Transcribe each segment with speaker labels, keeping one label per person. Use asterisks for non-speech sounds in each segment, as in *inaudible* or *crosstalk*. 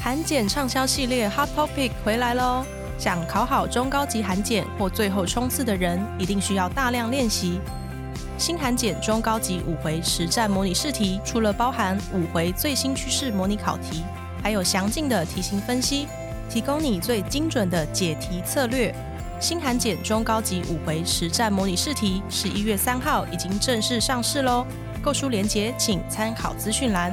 Speaker 1: 韩检畅销系列 Hot Topic 回来喽！想考好中高级韩检或最后冲刺的人，一定需要大量练习。新韩检中高级五回实战模拟试题，除了包含五回最新趋势模拟考题，还有详尽的题型分析，提供你最精准的解题策略。新韩检中高级五回实战模拟试题，十一月三号已经正式上市喽！购书链接请参考资讯栏。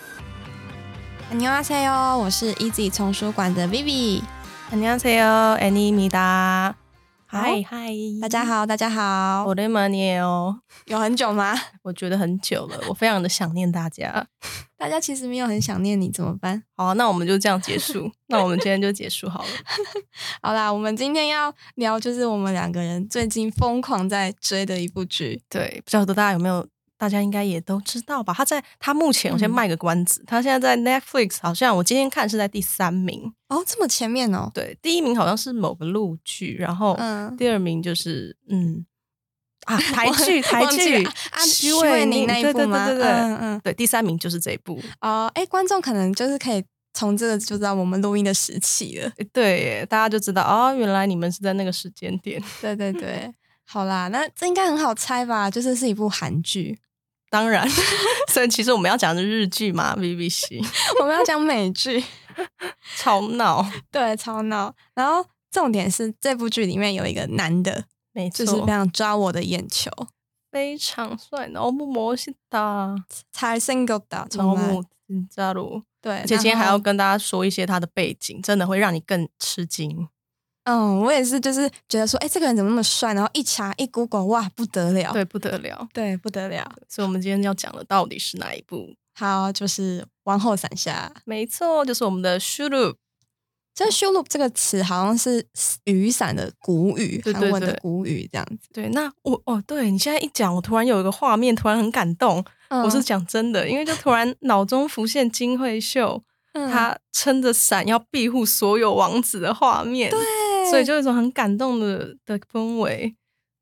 Speaker 2: 안녕하세요，我是 Easy 丛书馆的 Vivi。
Speaker 1: 안녕하세요 애니 미다
Speaker 2: 嗨
Speaker 1: 嗨，
Speaker 2: 大家好，大家好，
Speaker 1: 我的妈耶哦！
Speaker 2: 有很久吗？
Speaker 1: *laughs* 我觉得很久了，我非常的想念大家。
Speaker 2: 大家其实没有很想念你，怎么办？
Speaker 1: 好啊，那我们就这样结
Speaker 2: *laughs*
Speaker 1: 束。那我们今天就结束好了。
Speaker 2: 好啦，我们今天要聊就是我们两个人最近疯狂在追的一部剧。
Speaker 1: 对，不晓得大家有没有？大家应该也都知道吧？他在他目前，我先
Speaker 2: 嗯
Speaker 1: 卖个关子，他现在在 Netflix，好像我今天看是在第三名。
Speaker 2: 哦，这么前面哦。
Speaker 1: 对，第一名好像是某个陆剧，然后
Speaker 2: 嗯
Speaker 1: 第二名就是嗯啊台
Speaker 2: *laughs* 我
Speaker 1: 剧台
Speaker 2: 忘记
Speaker 1: 剧
Speaker 2: 了啊，
Speaker 1: 徐
Speaker 2: 徐
Speaker 1: 伟
Speaker 2: 伟
Speaker 1: 宁
Speaker 2: 宁那一
Speaker 1: 对
Speaker 2: 部
Speaker 1: 对
Speaker 2: 吗
Speaker 1: 对对对
Speaker 2: 嗯嗯
Speaker 1: 对，第三名就是这一部。
Speaker 2: 哦，哎，观众可能就是可以从这个就知道我们录音的时期 *laughs* 了。
Speaker 1: 诶对耶，大家就知道哦，原来你们是在那个时间点。 *laughs*
Speaker 2: 对对对，好啦，那这应该很好猜吧？就是是一部韩剧，
Speaker 1: 当然， *laughs* 所以其实我们要讲的是日剧嘛，BBC
Speaker 2: 我们要讲美 *laughs* 剧，
Speaker 1: 超闹，
Speaker 2: 对，超闹。然后重点是这部剧里面有一个男的，
Speaker 1: *laughs* 没
Speaker 2: 就
Speaker 1: 错，
Speaker 2: 是非常抓我的眼球，
Speaker 1: 非常帅，脑目模型的，
Speaker 2: 才 single 的，
Speaker 1: 脑
Speaker 2: 从来
Speaker 1: 目金扎鲁，
Speaker 2: 对，
Speaker 1: 而且今天还
Speaker 2: 然后
Speaker 1: 要跟大家说一些他的背景，真的会让你更吃惊。
Speaker 2: 嗯，我也是，就是觉得说，哎、这个人怎么那么帅？然后一查一 Google，哇，不得了，
Speaker 1: 对，不得了。
Speaker 2: 对，不得了。
Speaker 1: 所以，我们今天要讲的到底是哪一部？
Speaker 2: 好，就是王后伞下。
Speaker 1: 没错，就是我们的 Shuru。
Speaker 2: 这“修路”这个词好像是雨伞的古语，
Speaker 1: 对对
Speaker 2: 韩文的
Speaker 1: 对
Speaker 2: 古语这样子。
Speaker 1: 对，那我哦，对你现在一讲，我突然有一个画面，突然很感动。
Speaker 2: 嗯
Speaker 1: 我是讲真的，因为就突然脑中浮现金惠秀，
Speaker 2: 嗯
Speaker 1: 她撑着伞要庇护所有王子的画面。对
Speaker 2: 嗯
Speaker 1: 所以就有一种很感动的的氛围。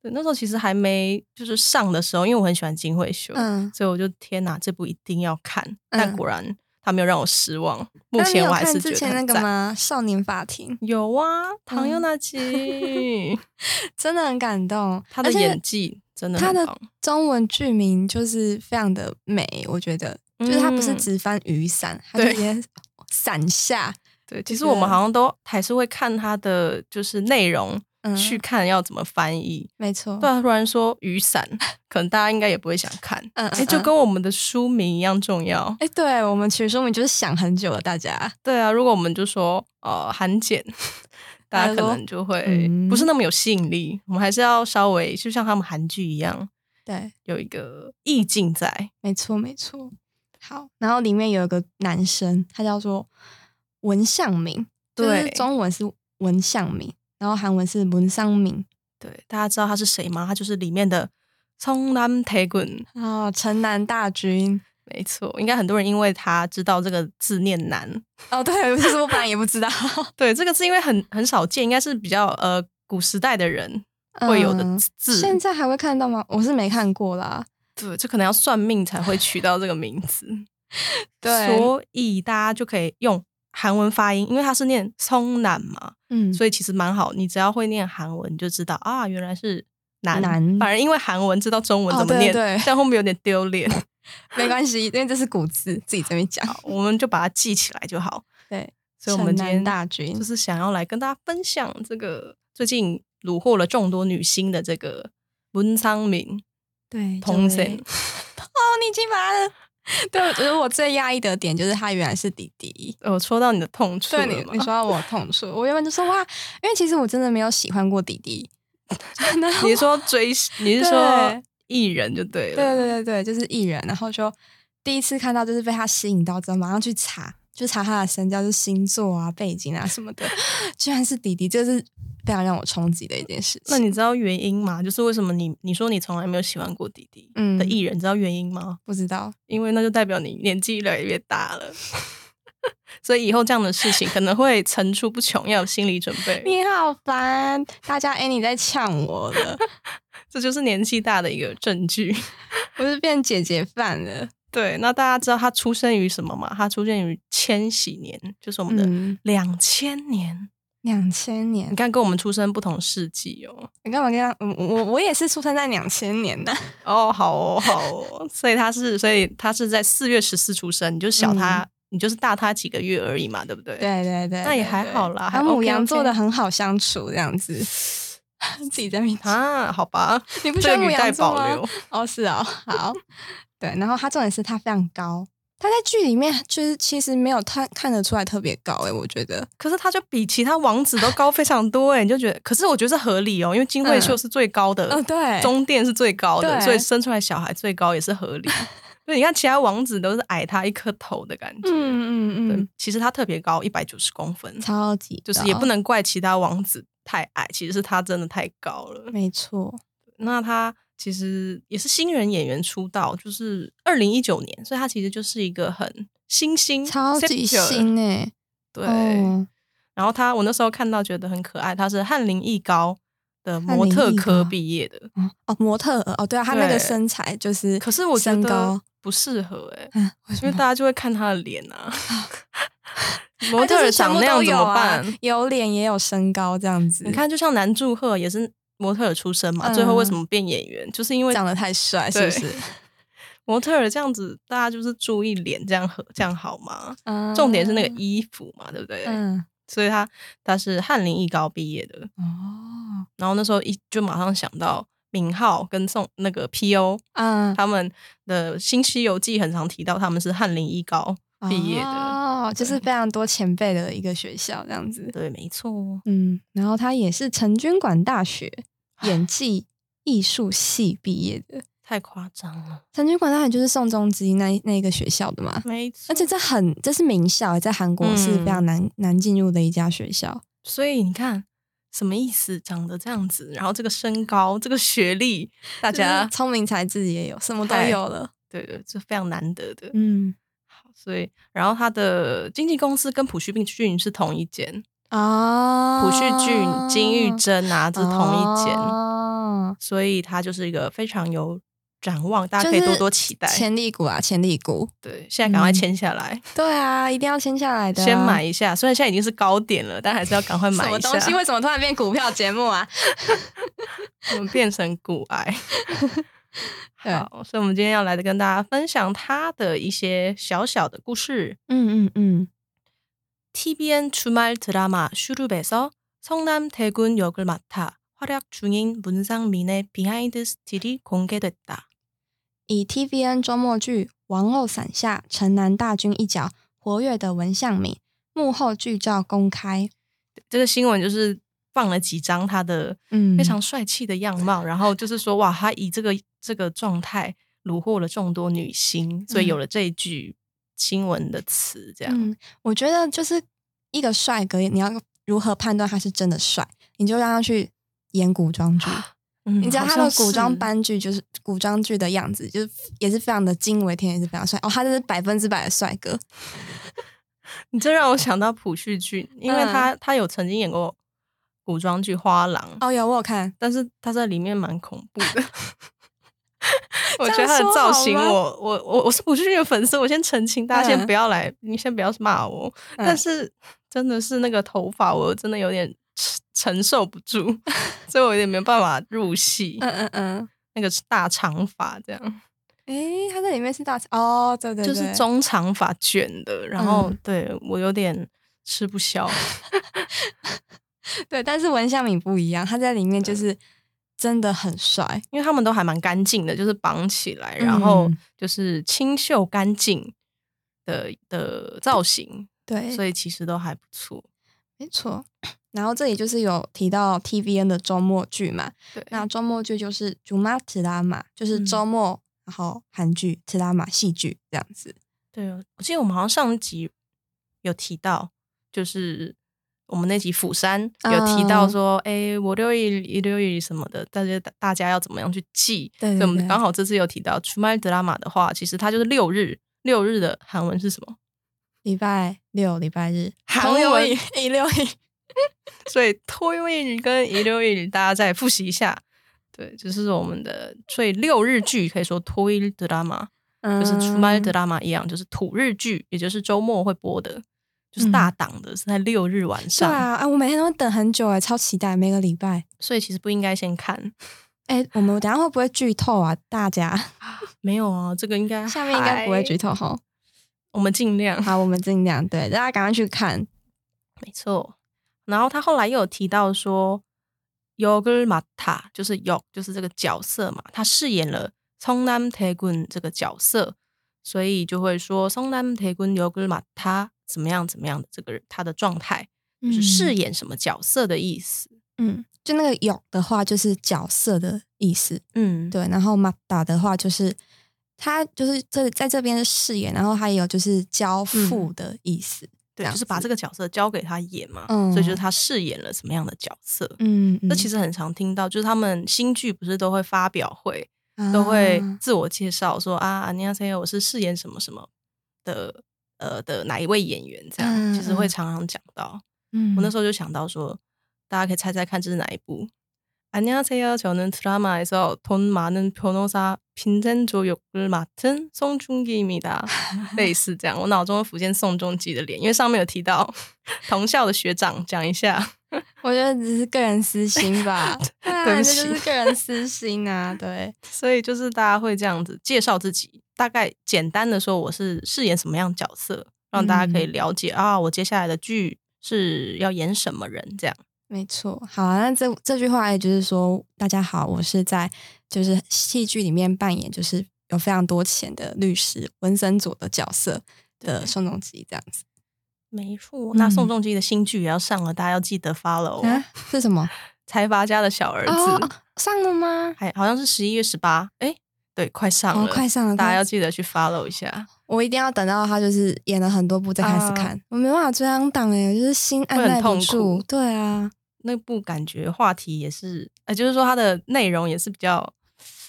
Speaker 1: 对，那时候其实还没就是上的时候，因为我很喜欢金惠秀，
Speaker 2: 嗯，
Speaker 1: 所以我就天哪，这部一定要看。
Speaker 2: 嗯
Speaker 1: 但果然他没有让我失望，目
Speaker 2: 那你
Speaker 1: 前
Speaker 2: 有
Speaker 1: 我还
Speaker 2: 看
Speaker 1: 是觉
Speaker 2: 之
Speaker 1: 得
Speaker 2: 前那
Speaker 1: 很
Speaker 2: 个
Speaker 1: 赞。
Speaker 2: 吗？嗯少年法 *laughs* 庭
Speaker 1: 有啊，唐优那集，
Speaker 2: *laughs* 真的很感动，
Speaker 1: 她的
Speaker 2: 而且
Speaker 1: 演技真的
Speaker 2: 他
Speaker 1: 很
Speaker 2: 的
Speaker 1: 棒。
Speaker 2: 中文剧名就是非常的美，我觉得，就是它不是
Speaker 1: 嗯
Speaker 2: 只翻雨伞，它就
Speaker 1: 对
Speaker 2: 直接 *laughs* 伞下，
Speaker 1: 对，其
Speaker 2: 就
Speaker 1: 实
Speaker 2: 觉
Speaker 1: 我们
Speaker 2: 得
Speaker 1: 好像都还是会看她的就是内容
Speaker 2: 嗯，
Speaker 1: 去看要怎么翻译。
Speaker 2: 没错，
Speaker 1: 对啊，突然说雨伞，可能大家应该也不会想看。
Speaker 2: 嗯嗯
Speaker 1: 哎，就
Speaker 2: 嗯
Speaker 1: 跟我们的书名一样重要。
Speaker 2: 哎、对我们取书名就是想很久了，大家。
Speaker 1: 对啊，如果我们就说呃韩检，大家
Speaker 2: 大家
Speaker 1: 可
Speaker 2: 说
Speaker 1: 能就会
Speaker 2: 嗯
Speaker 1: 不是那么有吸引力。我们还是要稍微就像他们韩剧一样，
Speaker 2: 对，
Speaker 1: 有一个意境在。
Speaker 2: 没错，没错。好，然后里面有一个男生，他叫做文相明，就是
Speaker 1: 对
Speaker 2: 中文是文相明，然后韩文是文商明。
Speaker 1: 对，大家知道他是谁吗？他就是里面的冲南泰滚，
Speaker 2: 哦，城南大军。
Speaker 1: 没错。应该很多人因为他知道这个字念南。
Speaker 2: 哦，对， *laughs* 其实我本来也不 *laughs* 知道
Speaker 1: 对，这个字因为很很少见，应该是比较呃古时代的人会有的
Speaker 2: 嗯
Speaker 1: 字。
Speaker 2: 现在还会看到吗？我是没看过啦。
Speaker 1: 对，这可能要算命才会取到这个名字。
Speaker 2: *laughs* 对
Speaker 1: 所以大家就可以用韩文发音，因为它是念松南嘛，
Speaker 2: 嗯，
Speaker 1: 所以其实蛮好。你只要会念韩文，你就知道啊，原来是南。
Speaker 2: 南
Speaker 1: 反而因为韩文知道中文
Speaker 2: 哦
Speaker 1: 怎么念，
Speaker 2: 对 *laughs* 对
Speaker 1: 但后面有点丢脸，
Speaker 2: 没关系，因为这是古字，自己这边讲。
Speaker 1: 好我们就把它记起来就好。
Speaker 2: 对，
Speaker 1: 所以我们今
Speaker 2: 城南
Speaker 1: 天
Speaker 2: 大军
Speaker 1: 就是想要来跟大家分享这个最近虏获了众多女星的这个文昌明
Speaker 2: 对，
Speaker 1: 同
Speaker 2: 这位
Speaker 1: 性。
Speaker 2: 哦，你已经把他的。 *laughs* 对，我觉得我最压抑的点就是他原来是弟弟。
Speaker 1: 呃我戳到你的痛处
Speaker 2: 对
Speaker 1: 了
Speaker 2: 你，
Speaker 1: 吗
Speaker 2: 你说到我痛处，我原本就说哇，
Speaker 1: *laughs*
Speaker 2: 因为其实我真的没有喜欢过弟弟。然后
Speaker 1: 你是说追，你是说
Speaker 2: 对
Speaker 1: 艺人就对了。
Speaker 2: 对对对对，就是艺人，然后就第一次看到，就是被他吸引到之后，马上去查，就查他的身教，就是星座啊、背景啊什么的，居然是弟弟，这是非常让我冲击的一件事情。
Speaker 1: 那你知道原因吗？就是为什么你你说你从来没有喜欢过弟弟
Speaker 2: 嗯
Speaker 1: 的艺人，你知道原因吗？
Speaker 2: 不知道，
Speaker 1: 因为那就代表你年纪越来越大了， *laughs* 所以以后这样的事情可能会层出不穷，要有心理准备。
Speaker 2: *laughs* 你好烦，大家 Annie 在呛我了，
Speaker 1: 这就是年纪大的一个证据。 *laughs*
Speaker 2: 我是变姐姐范了。
Speaker 1: 对，那大家知道他出生于什么吗？他出生于千禧年，就是我们的
Speaker 2: 嗯，
Speaker 1: 两千年。
Speaker 2: 两千年
Speaker 1: 你，看，跟我们出生不同世纪哦。
Speaker 2: 你干嘛跟他？我我我也是出生在两千年 *laughs* 的，
Speaker 1: 哦，好哦，好哦。所以他是，所以他是在四月十四出生，你就小他，你就是大他几个月而已嘛，对不对？。
Speaker 2: 嗯对对对，
Speaker 1: 那也
Speaker 2: 对
Speaker 1: 还
Speaker 2: 对
Speaker 1: 好啦还
Speaker 2: 然后母
Speaker 1: OK，OK
Speaker 2: 羊座的很好相处，这样子， *laughs* 自己在面
Speaker 1: 啊，好吧，
Speaker 2: 你不喜
Speaker 1: 这
Speaker 2: 欢
Speaker 1: 个
Speaker 2: 母
Speaker 1: 语带
Speaker 2: 羊座
Speaker 1: 保
Speaker 2: 吗？ *laughs*
Speaker 1: 留。
Speaker 2: 哦，是哦，好，对。然后他重点是他非常高，他在剧里面就是其实没有他看得出来特别高诶、我觉得
Speaker 1: 可是他就比其他王子都高非常多哎，你就觉得，可是我觉得这合理哦，因为金惠秀是最高的，
Speaker 2: 嗯对
Speaker 1: 中殿是最高的，
Speaker 2: 对
Speaker 1: 所以生出来小孩最高也是
Speaker 2: *laughs*
Speaker 1: 合理。对，你看其他王子都是矮他一颗头的感觉，
Speaker 2: 嗯
Speaker 1: 对，其实他特别高，一百九十公分，
Speaker 2: 超级
Speaker 1: 就是
Speaker 2: 高
Speaker 1: 也不能怪其他王子太矮，其实是他真的太高了。
Speaker 2: 没错，
Speaker 1: 那他其实也是新人演员出道，就是二零一九年，所以他其实就是一个很新星，
Speaker 2: 超级
Speaker 1: secure
Speaker 2: 新诶、
Speaker 1: 对。
Speaker 2: 哦
Speaker 1: 然后他，我那时候看到觉得很可爱，他是翰林艺高的
Speaker 2: 翰
Speaker 1: 模
Speaker 2: 林
Speaker 1: 特
Speaker 2: 艺
Speaker 1: 科
Speaker 2: 高
Speaker 1: 毕业的，
Speaker 2: 哦哦，模特儿哦，对啊，他那
Speaker 1: 对
Speaker 2: 个身材就是，
Speaker 1: 可是我觉
Speaker 2: 身
Speaker 1: 得
Speaker 2: 高，
Speaker 1: 不适合哎、
Speaker 2: 嗯，为什
Speaker 1: 因为
Speaker 2: 么
Speaker 1: 大？家就会看他的脸
Speaker 2: *laughs*
Speaker 1: 啊。模
Speaker 2: 他就
Speaker 1: 特儿
Speaker 2: 哎是全
Speaker 1: 长
Speaker 2: 部
Speaker 1: 那
Speaker 2: 都
Speaker 1: 样怎
Speaker 2: 有
Speaker 1: 么
Speaker 2: 啊
Speaker 1: 办？
Speaker 2: 有脸也有身高这样子，
Speaker 1: 你看，就像南柱赫也是模特儿出身嘛，
Speaker 2: 嗯
Speaker 1: 最后为什么变演员？就是因为
Speaker 2: 长得太帅是
Speaker 1: 对
Speaker 2: 不是？
Speaker 1: 模特儿这样子，大家就是注意脸，这样合这样好吗？
Speaker 2: *laughs* 嗯
Speaker 1: 重点是那个衣服嘛，对不对？
Speaker 2: 嗯
Speaker 1: 所以他他是翰林艺高毕业的，
Speaker 2: 哦
Speaker 1: 然后那时候一就马上想到敏浩跟宋那个 P.O.
Speaker 2: 嗯
Speaker 1: 他们的《新西游记》很常提到他们是翰林艺高毕业的，
Speaker 2: 哦，就是非常多前辈的一个学校这样子。
Speaker 1: 对，没错。
Speaker 2: 嗯，然后他也是成均馆大学
Speaker 1: 啊
Speaker 2: 演技艺术系毕业的。
Speaker 1: 太夸张了，
Speaker 2: 成均馆大学就是宋仲基那那个学校的嘛，
Speaker 1: 没错
Speaker 2: 而且这很这是名校，欸在韩国是非
Speaker 1: 嗯
Speaker 2: 常难、难进入的一家学校。
Speaker 1: 所以你看，什么意思？长得这样子，然后这个身高，这个学历，大
Speaker 2: 大
Speaker 1: 家、
Speaker 2: 聪明才智也有，什么都
Speaker 1: 太
Speaker 2: 有了。
Speaker 1: 对对，这非常难得的。
Speaker 2: 嗯
Speaker 1: 好，所以然后他的经纪公司跟朴叙俊是同一间，
Speaker 2: 啊，
Speaker 1: 朴叙俊、金玉珍啊，这是同一间，
Speaker 2: 哦，
Speaker 1: 所以他就是一个非常有展望，大家
Speaker 2: 就
Speaker 1: 可以多
Speaker 2: 是
Speaker 1: 多期待。
Speaker 2: 潜力股啊，潜力
Speaker 1: *laughs*
Speaker 2: 股。
Speaker 1: 对，现在赶快
Speaker 2: 嗯
Speaker 1: 签下来，
Speaker 2: 对啊，一定要签下来的啊、
Speaker 1: 先买一下。虽然现在已经是高点了，但还是要赶快买
Speaker 2: 什么
Speaker 1: 一
Speaker 2: 东西？
Speaker 1: 下。
Speaker 2: 为什么突然变股票节目啊？
Speaker 1: 我们嗯变成骨癌。
Speaker 2: *laughs* 对
Speaker 1: 好，所以我们今天要来跟大家分享他的一些小小的故事。
Speaker 2: 嗯嗯嗯，
Speaker 1: TVN 주말 드라마 슈룹에서 성남 대군 역을 맡아 활약 중인 문상민의 비하인드 스틸이 공개됐다.
Speaker 2: 以 TVN 周末剧《王后伞下》城南大军一角活跃的文相敏幕后剧照公开。
Speaker 1: 这个新闻就是放了几张他的
Speaker 2: 嗯
Speaker 1: 非常帅气的样貌，然后就是说哇，他以这个这个状态虏获了众多女星，所以有了这一句新闻的词，这样、
Speaker 2: 嗯，我觉得就是一个帅哥，你要如何判断他是真的帅？你就让他去演古装剧，
Speaker 1: 嗯
Speaker 2: 你知道他
Speaker 1: 好
Speaker 2: 的
Speaker 1: 像
Speaker 2: 古装
Speaker 1: 是
Speaker 2: 班剧就是古装剧的样子，就是也是非常的惊为天人，也是非常帅哦，他这是百分之百的帅哥。
Speaker 1: 你这让我想到朴叙俊，因
Speaker 2: 嗯
Speaker 1: 为他、他有曾经演过古装剧《花郎》，
Speaker 2: 哦，有我有看，
Speaker 1: 但是他在里面蛮恐怖
Speaker 2: *laughs*
Speaker 1: 的。我觉
Speaker 2: 这
Speaker 1: 得
Speaker 2: 样
Speaker 1: 他的
Speaker 2: 说
Speaker 1: 造
Speaker 2: 好
Speaker 1: 型
Speaker 2: 吗
Speaker 1: 我，我我我是朴叙俊的粉丝，我先澄清，大家先
Speaker 2: 嗯
Speaker 1: 不要来，你先不要骂我。
Speaker 2: 嗯
Speaker 1: 但是真的是那个头发，我真的有点承承受不
Speaker 2: *laughs*
Speaker 1: 住，所以我有点没有办法入戏。
Speaker 2: 嗯嗯嗯，
Speaker 1: 那个大长发这样，
Speaker 2: 诶，他在里面是大哦，对对对，
Speaker 1: 就是中长发卷的，然后、
Speaker 2: 嗯
Speaker 1: 对我有点吃不消。
Speaker 2: 对，但是文相敏不一样，他在里面就是真的很帅，
Speaker 1: 因为他们都还蛮干净的，就是绑起来，然后
Speaker 2: 嗯
Speaker 1: 就是清秀干净的的造型，
Speaker 2: 对
Speaker 1: 所以其实都还不错。
Speaker 2: 没错。 *clears throat* 然后这里就是有提到 TVN 的周末剧嘛，
Speaker 1: 对，
Speaker 2: 那周末剧就是《竹马提拉玛》，就是
Speaker 1: 嗯
Speaker 2: 周末，然后韩剧《提拉玛》戏剧这样子。
Speaker 1: 对，啊我记得我们好像上一集有提到，就是我们那集釜山有提到
Speaker 2: 嗯
Speaker 1: 说，哎、我六一一六一什么的，大家大家要怎么样去记？
Speaker 2: 对对
Speaker 1: 所以我们
Speaker 2: 对
Speaker 1: 刚好这次有提到 t r u m a d r a m a 的话，其实它就是六日，六日的韩文是什么？
Speaker 2: 礼拜六、礼拜日，
Speaker 1: 韩
Speaker 2: 同游
Speaker 1: 文
Speaker 2: 一一六一，
Speaker 1: 所以 Toil 跟一六一，大家再复习一下。对，就是我们的，所以六日剧可以说 Toil drama，就是《出卖的
Speaker 2: 嗯
Speaker 1: 拉玛》一样，就是土日剧，也就是周末会播的，就是大档的，是在六日晚
Speaker 2: 嗯对
Speaker 1: 上，
Speaker 2: 啊，啊，我每天都会等很久哎，超期待每个礼拜。
Speaker 1: 所以其实不应该先看。
Speaker 2: 哎，我们等一下会不会剧透啊？大家
Speaker 1: 没有啊，这个应该
Speaker 2: 下面应该不会剧
Speaker 1: 得，
Speaker 2: 透哈。
Speaker 1: 我们尽量。
Speaker 2: 好，我们尽量对，大家赶快去看。
Speaker 1: 没错。然后他后来又有提到说 y o g u r m a t a 就是 Yog 就是这个角色嘛，他饰演了 Song Nam t a e g u n 这个角色，所以就会说 Song Nam t a e g u n y o g u r m a t a 怎么样怎么样的这个人他的状态，就是饰演什么角色的意思。
Speaker 2: 嗯，就那个“有”的话就是角色的意思，
Speaker 1: 嗯，
Speaker 2: 对。然后 “mata” 的话就是他就是这在这边是饰演，然后还有就是交
Speaker 1: 嗯
Speaker 2: 付的意思。
Speaker 1: 对，
Speaker 2: 这样
Speaker 1: 就是把
Speaker 2: 子
Speaker 1: 这个角色交给他演嘛，
Speaker 2: 嗯
Speaker 1: 所以就是他饰演了什么样的角色。
Speaker 2: 嗯，
Speaker 1: 这其
Speaker 2: 实
Speaker 1: 实很常听到，就是他们新剧不是都会发表会，都会
Speaker 2: 嗯啊
Speaker 1: 自我介绍说啊，安尼亚塞，我是饰演什么什么的，呃的哪一位演员这样，
Speaker 2: 嗯
Speaker 1: 其实会
Speaker 2: 嗯
Speaker 1: 常常讲到。
Speaker 2: 嗯
Speaker 1: 我那时候就想到说，大家可以猜猜看这是哪一部。안녕하세요저는드라마에서돈많은변호사빈센조역을맡은송중기입니다。类
Speaker 2: *laughs*
Speaker 1: 似这样，我脑中会浮现宋仲基的脸，因为上面有提到 *laughs* 同校的学长，讲一下。
Speaker 2: 我觉得只是个人私心吧，对
Speaker 1: *laughs*
Speaker 2: 啊，
Speaker 1: 对
Speaker 2: 这
Speaker 1: 不
Speaker 2: 就
Speaker 1: 起
Speaker 2: 是个人私心啊，对，
Speaker 1: 所以就是大家会这样子介绍自己，大概简单的说我是饰演什么样的角色，让大家可以
Speaker 2: 嗯
Speaker 1: 了解、啊，我接下来的剧是要演什么人这样。
Speaker 2: 没错。好、啊，那这这句话也就是说，大家好，我是在就是戏剧里面扮演就是有非常多钱的律师文森佐的角色的
Speaker 1: 对
Speaker 2: 宋仲基这样子
Speaker 1: 没错，
Speaker 2: 嗯
Speaker 1: 那宋仲基的新剧也要上了，大家要记得 follow 哦。
Speaker 2: 啊？是什么？
Speaker 1: 财阀家的小儿子，
Speaker 2: 哦哦 *laughs* 上了吗？
Speaker 1: 还好像是十一月十八，哎，对，快上了，
Speaker 2: 哦，快上了！
Speaker 1: 大家要
Speaker 2: 快
Speaker 1: 记得去 follow 一下，
Speaker 2: 我一定要等到他就是演了很多部再开始
Speaker 1: 啊
Speaker 2: 看，我没办法追上档哎，我就是心按
Speaker 1: 会很
Speaker 2: 耐不
Speaker 1: 痛
Speaker 2: 住
Speaker 1: 苦。
Speaker 2: 对啊，
Speaker 1: 那部感觉话题也是，呃，就是说它的内容也是比较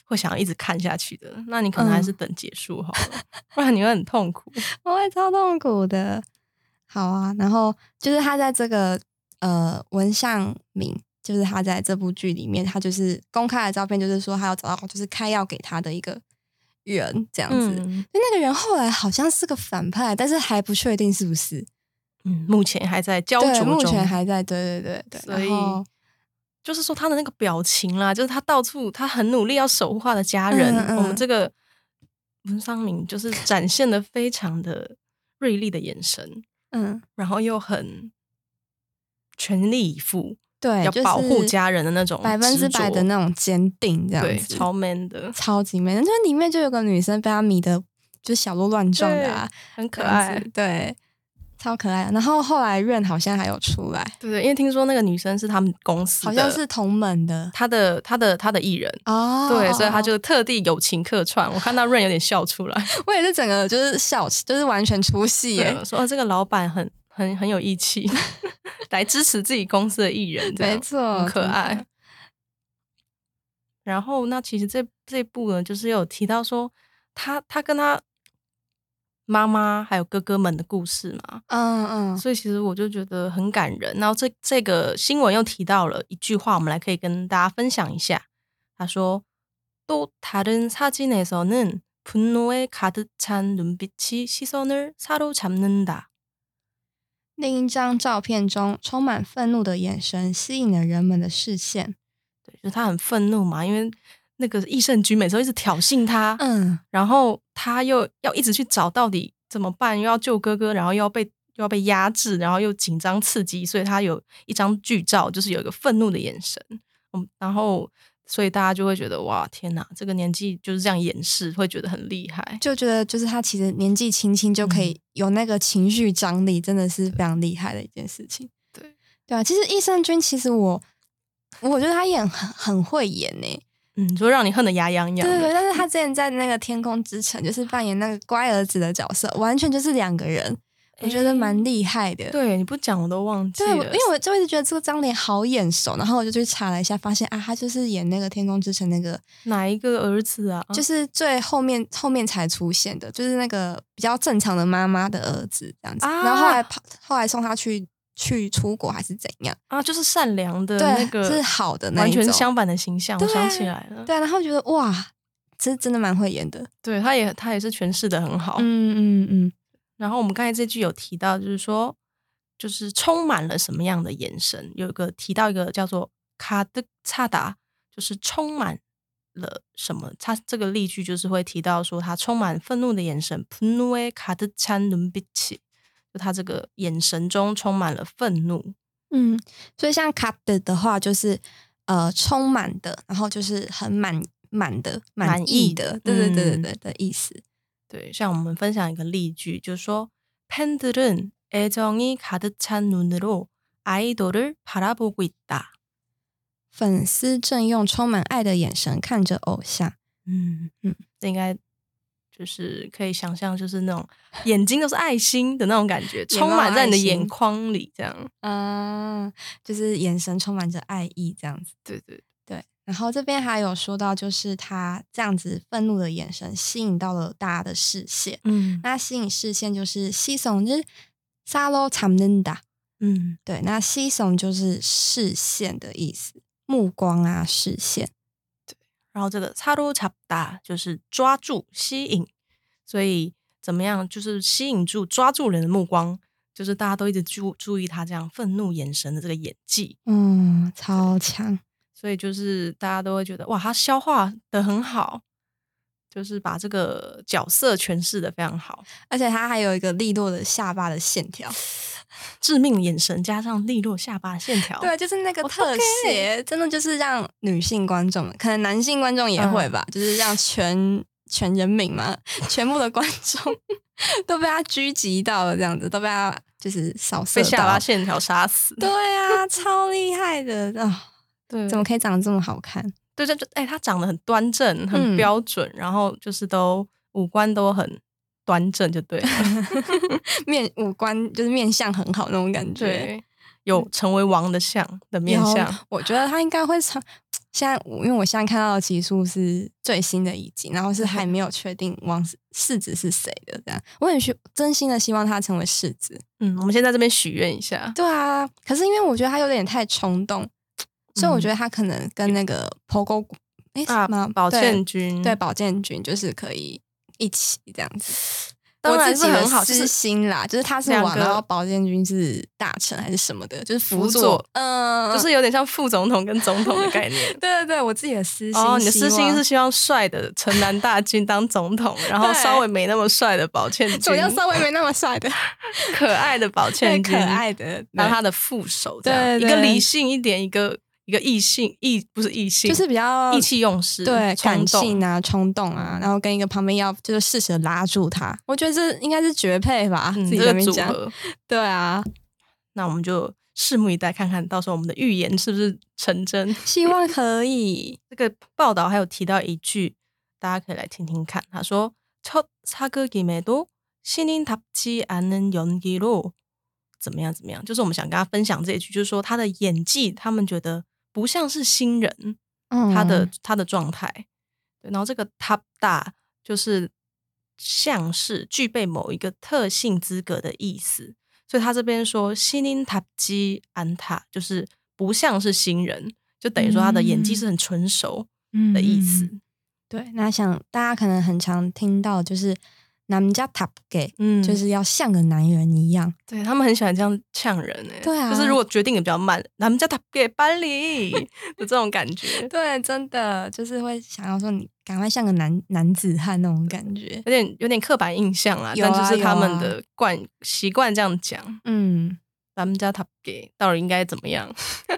Speaker 1: 会想要一直看下去的。那你可能还是等结束好了，不然你会很痛苦。
Speaker 2: 我会超痛苦的。好啊，然后就是他在这个呃文相明，就是他在这部剧里面，他就是公开的照片，就是说他要找到就是开药给他的一个人这样子。
Speaker 1: 嗯
Speaker 2: 那个人后来好像是个反派，但是还不确定是不是。
Speaker 1: 嗯，目前还在焦灼
Speaker 2: 对，
Speaker 1: 中，
Speaker 2: 目前还在。对对对对。
Speaker 1: 所以
Speaker 2: 然后
Speaker 1: 就是说他的那个表情啦，就是他到处他很努力要守护他的家人。
Speaker 2: 嗯嗯
Speaker 1: 我们这个文桑明就是展现的非常的锐利的眼神，
Speaker 2: 嗯，
Speaker 1: 然后又很全力以赴
Speaker 2: 对，
Speaker 1: 要
Speaker 2: 就是
Speaker 1: 保护家人的那种
Speaker 2: 百分之
Speaker 1: 执着
Speaker 2: 百的那种坚定，这样
Speaker 1: 对，
Speaker 2: 子。
Speaker 1: 超 man 的，
Speaker 2: 超级美，那里面就有个女生被他迷的，就是小鹿乱撞的啊，
Speaker 1: 很可
Speaker 2: 这样
Speaker 1: 爱
Speaker 2: 子，对，超可爱的。然后后来润好像还有出来，
Speaker 1: 对对，因为听说那个女生是他们公司
Speaker 2: 好
Speaker 1: 的，
Speaker 2: 像是同门的
Speaker 1: 他的他的他的艺人。
Speaker 2: 哦，
Speaker 1: 对，所以他就特地友情客串，我看到 Rain 有点笑出来。
Speaker 2: 我也是整个就是笑，就是完全出戏耶 *laughs*
Speaker 1: 对，，说哦，这个老板很很很有义气， *laughs* 来支持自己公司的艺人，这样
Speaker 2: 没错
Speaker 1: 很可
Speaker 2: 真的
Speaker 1: 爱。然后，那其实这这部呢，就是有提到说，他他跟他妈妈还有哥哥们的故事嘛，
Speaker 2: 嗯嗯，
Speaker 1: 所以其实我就觉得很感人。然后这这个新闻又提到了一句话，我们来可以跟大家分享一下。他说：“또다른사진에서는분노에가득찬눈빛이시선을사로잡는다。”
Speaker 2: 另一张照片中充满愤怒的眼神吸引了人们的视线，
Speaker 1: 对，就是他很愤怒嘛，因为那个益胜局每次都一直挑衅他，
Speaker 2: 嗯，
Speaker 1: 然后他又要一直去找到底怎么办，又要救哥哥，然后又要被又要被压制，然后又紧张刺激，所以他有一张剧照，就是有一个愤怒的眼神，嗯，然后所以大家就会觉得哇，天哪，这个年纪就是这样掩饰，会觉得很厉害。
Speaker 2: 就觉得就是他其实年
Speaker 1: 嗯
Speaker 2: 纪轻轻就可以有那个情绪张力，真的是非常厉害的一件事情。
Speaker 1: 对，
Speaker 2: 对啊，其实益胜菌，其实我我觉得他演很很会演呢、
Speaker 1: 嗯，就让你恨得牙痒痒
Speaker 2: 对
Speaker 1: 的。
Speaker 2: 对对，但是他之前在那个《天空之城》就是扮演那个乖儿子的角色，完全就是两个人，我觉得蛮厉害的。
Speaker 1: 对，你不讲我都忘记
Speaker 2: 对，我
Speaker 1: 了。
Speaker 2: 因为我就一直觉得这个张脸好眼熟，然后我就去查了一下，发现啊，他就是演那个《天空之城》那个，
Speaker 1: 哪一个儿子啊？
Speaker 2: 就是最后面后面才出现的，就是那个比较正常的妈妈的儿子这样子。
Speaker 1: 啊
Speaker 2: 然后后来跑，后来送他去去出国还是怎样？
Speaker 1: 啊，就是善良的
Speaker 2: 对，
Speaker 1: 那个，
Speaker 2: 是好的那
Speaker 1: 完
Speaker 2: 一
Speaker 1: 全
Speaker 2: 种。
Speaker 1: 相反的形象。我
Speaker 2: 对
Speaker 1: 想起来了，
Speaker 2: 对啊，然后觉得哇，这真的蛮会演的。
Speaker 1: 对，他也他也是诠释的很好。
Speaker 2: 嗯嗯嗯，
Speaker 1: 然后我们刚才这句有提到，就是说，就是充满了什么样的眼神？有一个提到一个叫做“卡的恰达”，就是充满了什么？它这个例句就是会提到说，它充满愤怒的眼神 “punue 卡的찬눈빛이”，就他这个眼神中充满了愤怒。
Speaker 2: 嗯，所以像卡的的话，就是呃充满的，然后就是很满满的、满
Speaker 1: 满
Speaker 2: 意
Speaker 1: 意
Speaker 2: 的，
Speaker 1: 的
Speaker 2: 对对对
Speaker 1: 嗯
Speaker 2: 对对的意思。
Speaker 1: 对，像我们分享一个例句，就是说，팬들은 애정이 가득 찬 눈으로 아이돌을 바라보고 있다。
Speaker 2: 粉丝正用充满爱的眼神看着偶像，
Speaker 1: 嗯
Speaker 2: 嗯
Speaker 1: 嗯，这应该就是可以想象，就是那种眼睛都是爱心的那种感 *laughs* 觉，充满在你的眼眶里，这样。
Speaker 2: 啊、就是眼神充满着爱意这样子。
Speaker 1: 对对，
Speaker 2: 对，然后这边还有说到，就是他这样子愤怒的眼神吸引到了大家的视线，
Speaker 1: 嗯
Speaker 2: 那吸引视线就是西怂日沙罗长嫩达，
Speaker 1: 嗯，
Speaker 2: 对，那西怂就是视线的意思，目光啊，视线。
Speaker 1: 然后这个插入插达就是抓住、吸引，所以怎么样，就是吸引住、抓住人的目光，就是大家都一直注注意他这样愤怒眼神的这个演技，
Speaker 2: 嗯，超强。
Speaker 1: 所以就是大家都会觉得哇，他消化的很好，就是把这个角色诠释的非常好。
Speaker 2: 而且他还有一个利落的下巴的线条，
Speaker 1: 致命眼神加上利落下巴线条， *laughs*
Speaker 2: 对，啊就是那个
Speaker 1: 我
Speaker 2: 特写，真的就是让女性观众们，可能男性观众也会吧，就是让全全人民嘛，全部的观众都被他狙击到了，这样子都被他就是扫射
Speaker 1: 被下巴
Speaker 2: 到。
Speaker 1: 线条杀死。
Speaker 2: 对啊，超厉害的啊、
Speaker 1: 对
Speaker 2: 怎么可以长得这么好看？
Speaker 1: 对对对，哎、他长得很端正，很
Speaker 2: 嗯
Speaker 1: 标准，然后就是都五官都很端正，就对了
Speaker 2: *laughs* 面五官就是面相很好那种感觉。
Speaker 1: 对，有成为王的相的面相
Speaker 2: 有。我觉得他应该会唱。现在我因为我现在看到的集数是最新的一集，然后是还没有确定王世世子是谁的，这样我很希真心的希望他成为世子。
Speaker 1: 嗯，我们先在这边许愿一下。
Speaker 2: 对啊，可是因为我觉得他有点太冲动，所以
Speaker 1: 嗯
Speaker 2: 我觉得他可能跟那个婆狗哎
Speaker 1: 啊
Speaker 2: 什么，
Speaker 1: 宝
Speaker 2: 对
Speaker 1: 剑君，
Speaker 2: 对保健君就是可以一起这样子。
Speaker 1: 当然
Speaker 2: 我自己
Speaker 1: 是
Speaker 2: 的
Speaker 1: 很好就是
Speaker 2: 私心啦，就是他是
Speaker 1: 两
Speaker 2: 王，
Speaker 1: 个
Speaker 2: 然后保健君是大臣还是什么的，就是辅
Speaker 1: 辅
Speaker 2: 佐
Speaker 1: 佐，
Speaker 2: 嗯，。
Speaker 1: 就是有点像副总统跟总统的概念
Speaker 2: *laughs* 对对对，我自己的私心。
Speaker 1: 哦，你的私心是希望帅的城南大军当总统，然后
Speaker 2: 对
Speaker 1: 稍微没那么帅的宝剑
Speaker 2: *laughs* 总
Speaker 1: 君，
Speaker 2: 要稍微没那么帅
Speaker 1: *laughs*
Speaker 2: 的，
Speaker 1: 可爱的宝
Speaker 2: 最
Speaker 1: 剑君，
Speaker 2: 可爱的，
Speaker 1: 当
Speaker 2: 然后
Speaker 1: 他的副手，这
Speaker 2: 对
Speaker 1: 样一个
Speaker 2: 对
Speaker 1: 理性一点，一个一个异性异不是异性，
Speaker 2: 就是比较
Speaker 1: 意气用事，
Speaker 2: 对
Speaker 1: 冲
Speaker 2: 感
Speaker 1: 动
Speaker 2: 性。啊、冲动啊，然后跟一个旁边要就是适时地拉住他，我觉得这应该是绝配吧。
Speaker 1: 嗯，
Speaker 2: 自己
Speaker 1: 这
Speaker 2: 在那
Speaker 1: 个
Speaker 2: 边
Speaker 1: 组
Speaker 2: 讲，
Speaker 1: 合，*laughs*
Speaker 2: 对啊，
Speaker 1: 那我们就拭目以待，看看到时候我们的预言是不是成真。
Speaker 2: 希望可以。
Speaker 1: *laughs* 这个报道还有提到一句，大家可以来听听看。他说：“첫사극임에도신인답지않은연기로怎么样怎么样？”就是我们想跟他分享这一句，就是说他的演技，他们觉得不像是新人，
Speaker 2: 嗯
Speaker 1: 他的他的状态。对，然后这个 top 大就是像是具备某一个特性资格的意思，所以他这边说新音塔基安塔就是不像是新人，就等于说他的演
Speaker 2: 嗯
Speaker 1: 技是很纯熟的意思。
Speaker 2: 对，那想大家可能很常听到就是男家 top gay，
Speaker 1: 嗯
Speaker 2: 就是要像个男人一样。
Speaker 1: 对他们很喜欢这样呛人哎、
Speaker 2: 对啊
Speaker 1: 就是如果决定也比较慢，他们叫他给班
Speaker 2: *laughs*
Speaker 1: 里的这种感觉，
Speaker 2: 对，真的就是会想要说你赶快像个男男子汉那种感觉。
Speaker 1: 有点有点刻板印象啦，
Speaker 2: 有啊
Speaker 1: 但就是他
Speaker 2: 有
Speaker 1: 们
Speaker 2: 啊
Speaker 1: 的惯习惯这样讲。
Speaker 2: 嗯，
Speaker 1: 咱们家 top gay 到底应该怎么
Speaker 2: *laughs*
Speaker 1: 样？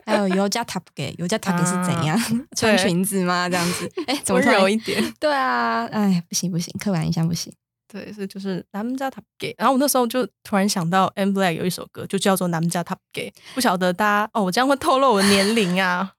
Speaker 2: 还有尤加塔布给，尤加塔给是怎样？ *laughs*
Speaker 1: *laughs*
Speaker 2: 穿裙子吗？这样子？哎、怎么
Speaker 1: 啊温
Speaker 2: 突然 *laughs*
Speaker 1: 柔一点？
Speaker 2: 对啊，哎，不行不行，刻板印象不行。
Speaker 1: 对，是就是南家 Top Gay。然后我那时候就突然想到 M Black 有一首歌就叫做南家 Top Gay，不晓得大家哦，我这样会透露我的年龄啊，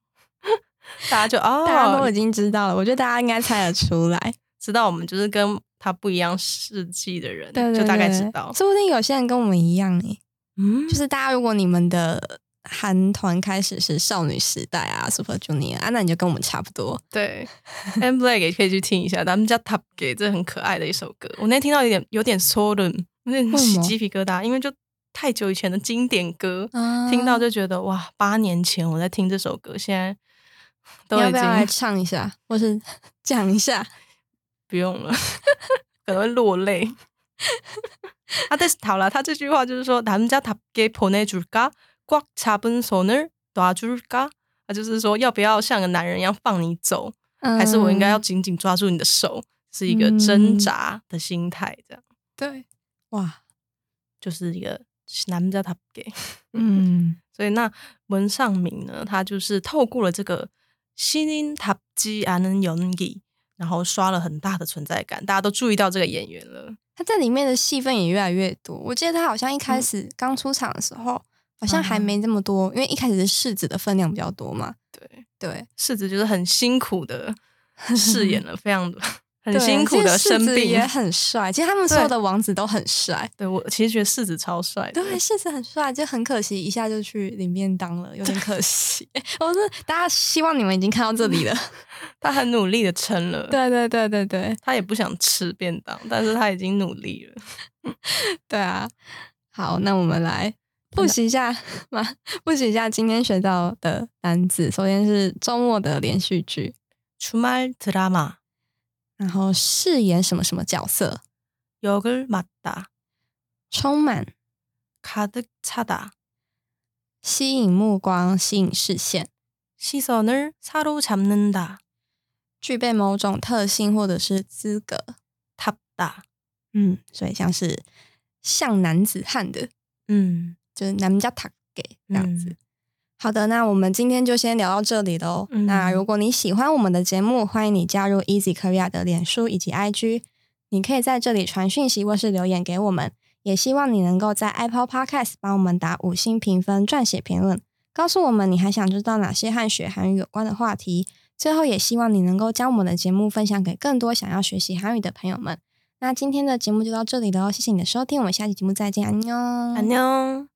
Speaker 1: *laughs* 大家就哦，
Speaker 2: 大家都已经知道了，我觉得大家应该猜得出来。
Speaker 1: 知道我们就是跟他不一样世纪的人，
Speaker 2: 对对对，
Speaker 1: 就大概知
Speaker 2: 对
Speaker 1: 道。
Speaker 2: 说不定有些人跟我们一样诶、
Speaker 1: 嗯
Speaker 2: 就是大家如果你们的韩团开始是少女时代啊，Super Junior 啊，那你就跟我们差不多。
Speaker 1: 对 *laughs* ，M Black 也可以去听一下，咱们叫 Top Gay，这很可爱的一首歌。我那天听到有点有点 s o r 有点
Speaker 2: 为什
Speaker 1: 起
Speaker 2: 么
Speaker 1: 鸡皮疙瘩，因为就太久以前的经典歌，
Speaker 2: 啊
Speaker 1: 听到就觉得哇，八年前我在听这首歌，现在都
Speaker 2: 你
Speaker 1: 已
Speaker 2: 要
Speaker 1: 经
Speaker 2: 不要来唱一下，或是讲一下？
Speaker 1: 不用了， *laughs* 可能会落泪。 *laughs* 啊，但是好了，他这句话就是说，남자답게보내줄까꽉잡은손을놔줄까？他就是说，要不要像个男人一样放你走，还是我应该要
Speaker 2: 嗯
Speaker 1: 紧紧抓住你的手？是一个挣扎的心态，这样
Speaker 2: 对？哇，
Speaker 1: 就是一个남자답게。
Speaker 2: 嗯，
Speaker 1: 所以那文尚明呢，他就是透过了这个新音塔基阿能연기，然后刷了很大的存在感，大家都注意到这个演员了。
Speaker 2: 他在里面的戏份也越来越多。我记得他好像一开
Speaker 1: 嗯
Speaker 2: 始刚出场的时候，好像还没这么多，因为一开始是柿子的分量比较多嘛。
Speaker 1: 对，
Speaker 2: 对，
Speaker 1: 世子就是很辛苦的饰演
Speaker 2: *laughs*
Speaker 1: 了非常的很
Speaker 2: 对
Speaker 1: 辛苦的
Speaker 2: 其实
Speaker 1: 生
Speaker 2: 柿子
Speaker 1: 病。
Speaker 2: 也很帅。其实他们所
Speaker 1: 对
Speaker 2: 有的王子都很
Speaker 1: *laughs*
Speaker 2: 帅。
Speaker 1: 对我其实觉得世子超帅的，
Speaker 2: 对，柿子很帅，就很可惜，一下就去里面当了，有点
Speaker 1: *laughs*
Speaker 2: 可惜。我是大家希望你们已经看到这里了。
Speaker 1: 他很努力的撑了。
Speaker 2: 对对对对对
Speaker 1: 他也不想吃便当，但是他已经努力了。
Speaker 2: 对啊！好，那我们
Speaker 1: *laughs*
Speaker 2: 来复习一下 *laughs* 嘛，复习一下今天学到的单词。首先是周末的连续剧，
Speaker 1: 주말드라마
Speaker 2: 然后饰演什么什么角色，
Speaker 1: 역을맡다
Speaker 2: 充满
Speaker 1: 가득차다
Speaker 2: 吸引目光、吸引视线，
Speaker 1: 시선을사로잡는다
Speaker 2: 具备某种特性或者是资格。
Speaker 1: 답다
Speaker 2: 嗯，所以像是像男子汉的，
Speaker 1: 嗯
Speaker 2: 就是男家塔给这样子。
Speaker 1: 嗯
Speaker 2: 好的，那我们今天就先聊到这里喽。
Speaker 1: 嗯
Speaker 2: 那如果你喜欢我们的节目，欢迎你加入 Easy Korea 的脸书以及 IG，你可以在这里传讯息或是留言给我们。也希望你能够在 Apple Podcast 帮我们打五星评分、撰写评论，告诉我们你还想知道哪些和学韩语有关的话题。最后，也希望你能够将我们的节目分享给更多想要学习韩语的朋友们。那今天的节目就到这里了哦，谢谢你的收听，我们下期节目再见，安妞，
Speaker 1: 안녕